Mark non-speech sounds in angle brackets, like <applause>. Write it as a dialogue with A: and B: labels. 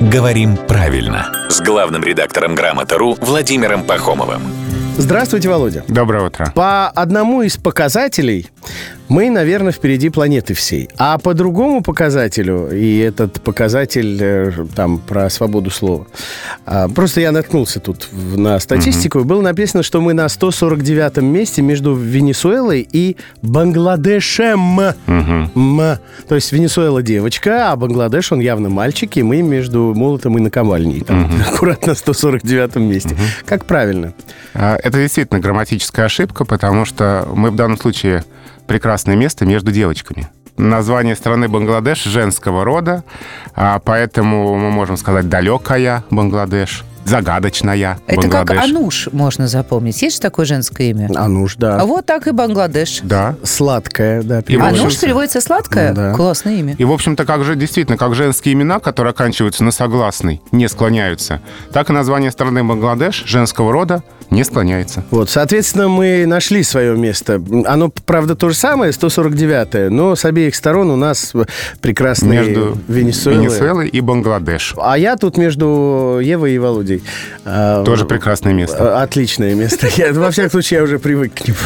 A: «Говорим правильно» с главным редактором «Грамота.ру» Владимиром Пахомовым.
B: Здравствуйте, Володя.
C: Доброе утро.
B: По одному из показателей мы, наверное, впереди планеты всей. А по другому показателю, и этот показатель э, там про свободу слова, а, просто я наткнулся тут в- на статистику, и было написано, что мы на 149-м месте между Венесуэлой и Бангладешем. М. То есть Венесуэла девочка, а Бангладеш, он явно мальчик, и мы между молотом и наковальней. Там, <laughs> Аккуратно на 149-м месте. Как правильно?
C: А, Это действительно грамматическая ошибка, потому что мы в данном случае прекрасное место между девочками. Название страны Бангладеш женского рода, а поэтому мы можем сказать «далекая Бангладеш», «загадочная
D: Это как
C: Бангладеш».
D: Ануш можно запомнить. Есть же такое женское имя?
B: А ну ж, да.
D: А вот так и Бангладеш.
C: Да.
B: Сладкая, да,
C: И
B: переводится.
D: Ануш переводится сладкое?
B: Да.
D: Классное имя.
C: И, в общем-то, как же действительно, как женские имена, которые оканчиваются на согласный, не склоняются, так и название страны Бангладеш женского рода не склоняется.
B: Вот, соответственно, мы нашли свое место. Оно, правда, то же самое, 149-е, но с обеих сторон у нас прекрасные
C: Между
B: Венесуэлы.
C: Венесуэлой и Бангладеш.
B: А я тут между Евой и Володей. А,
C: Тоже прекрасное место.
B: а, Отличное место. Я, во всяком случае, я уже привык к нему.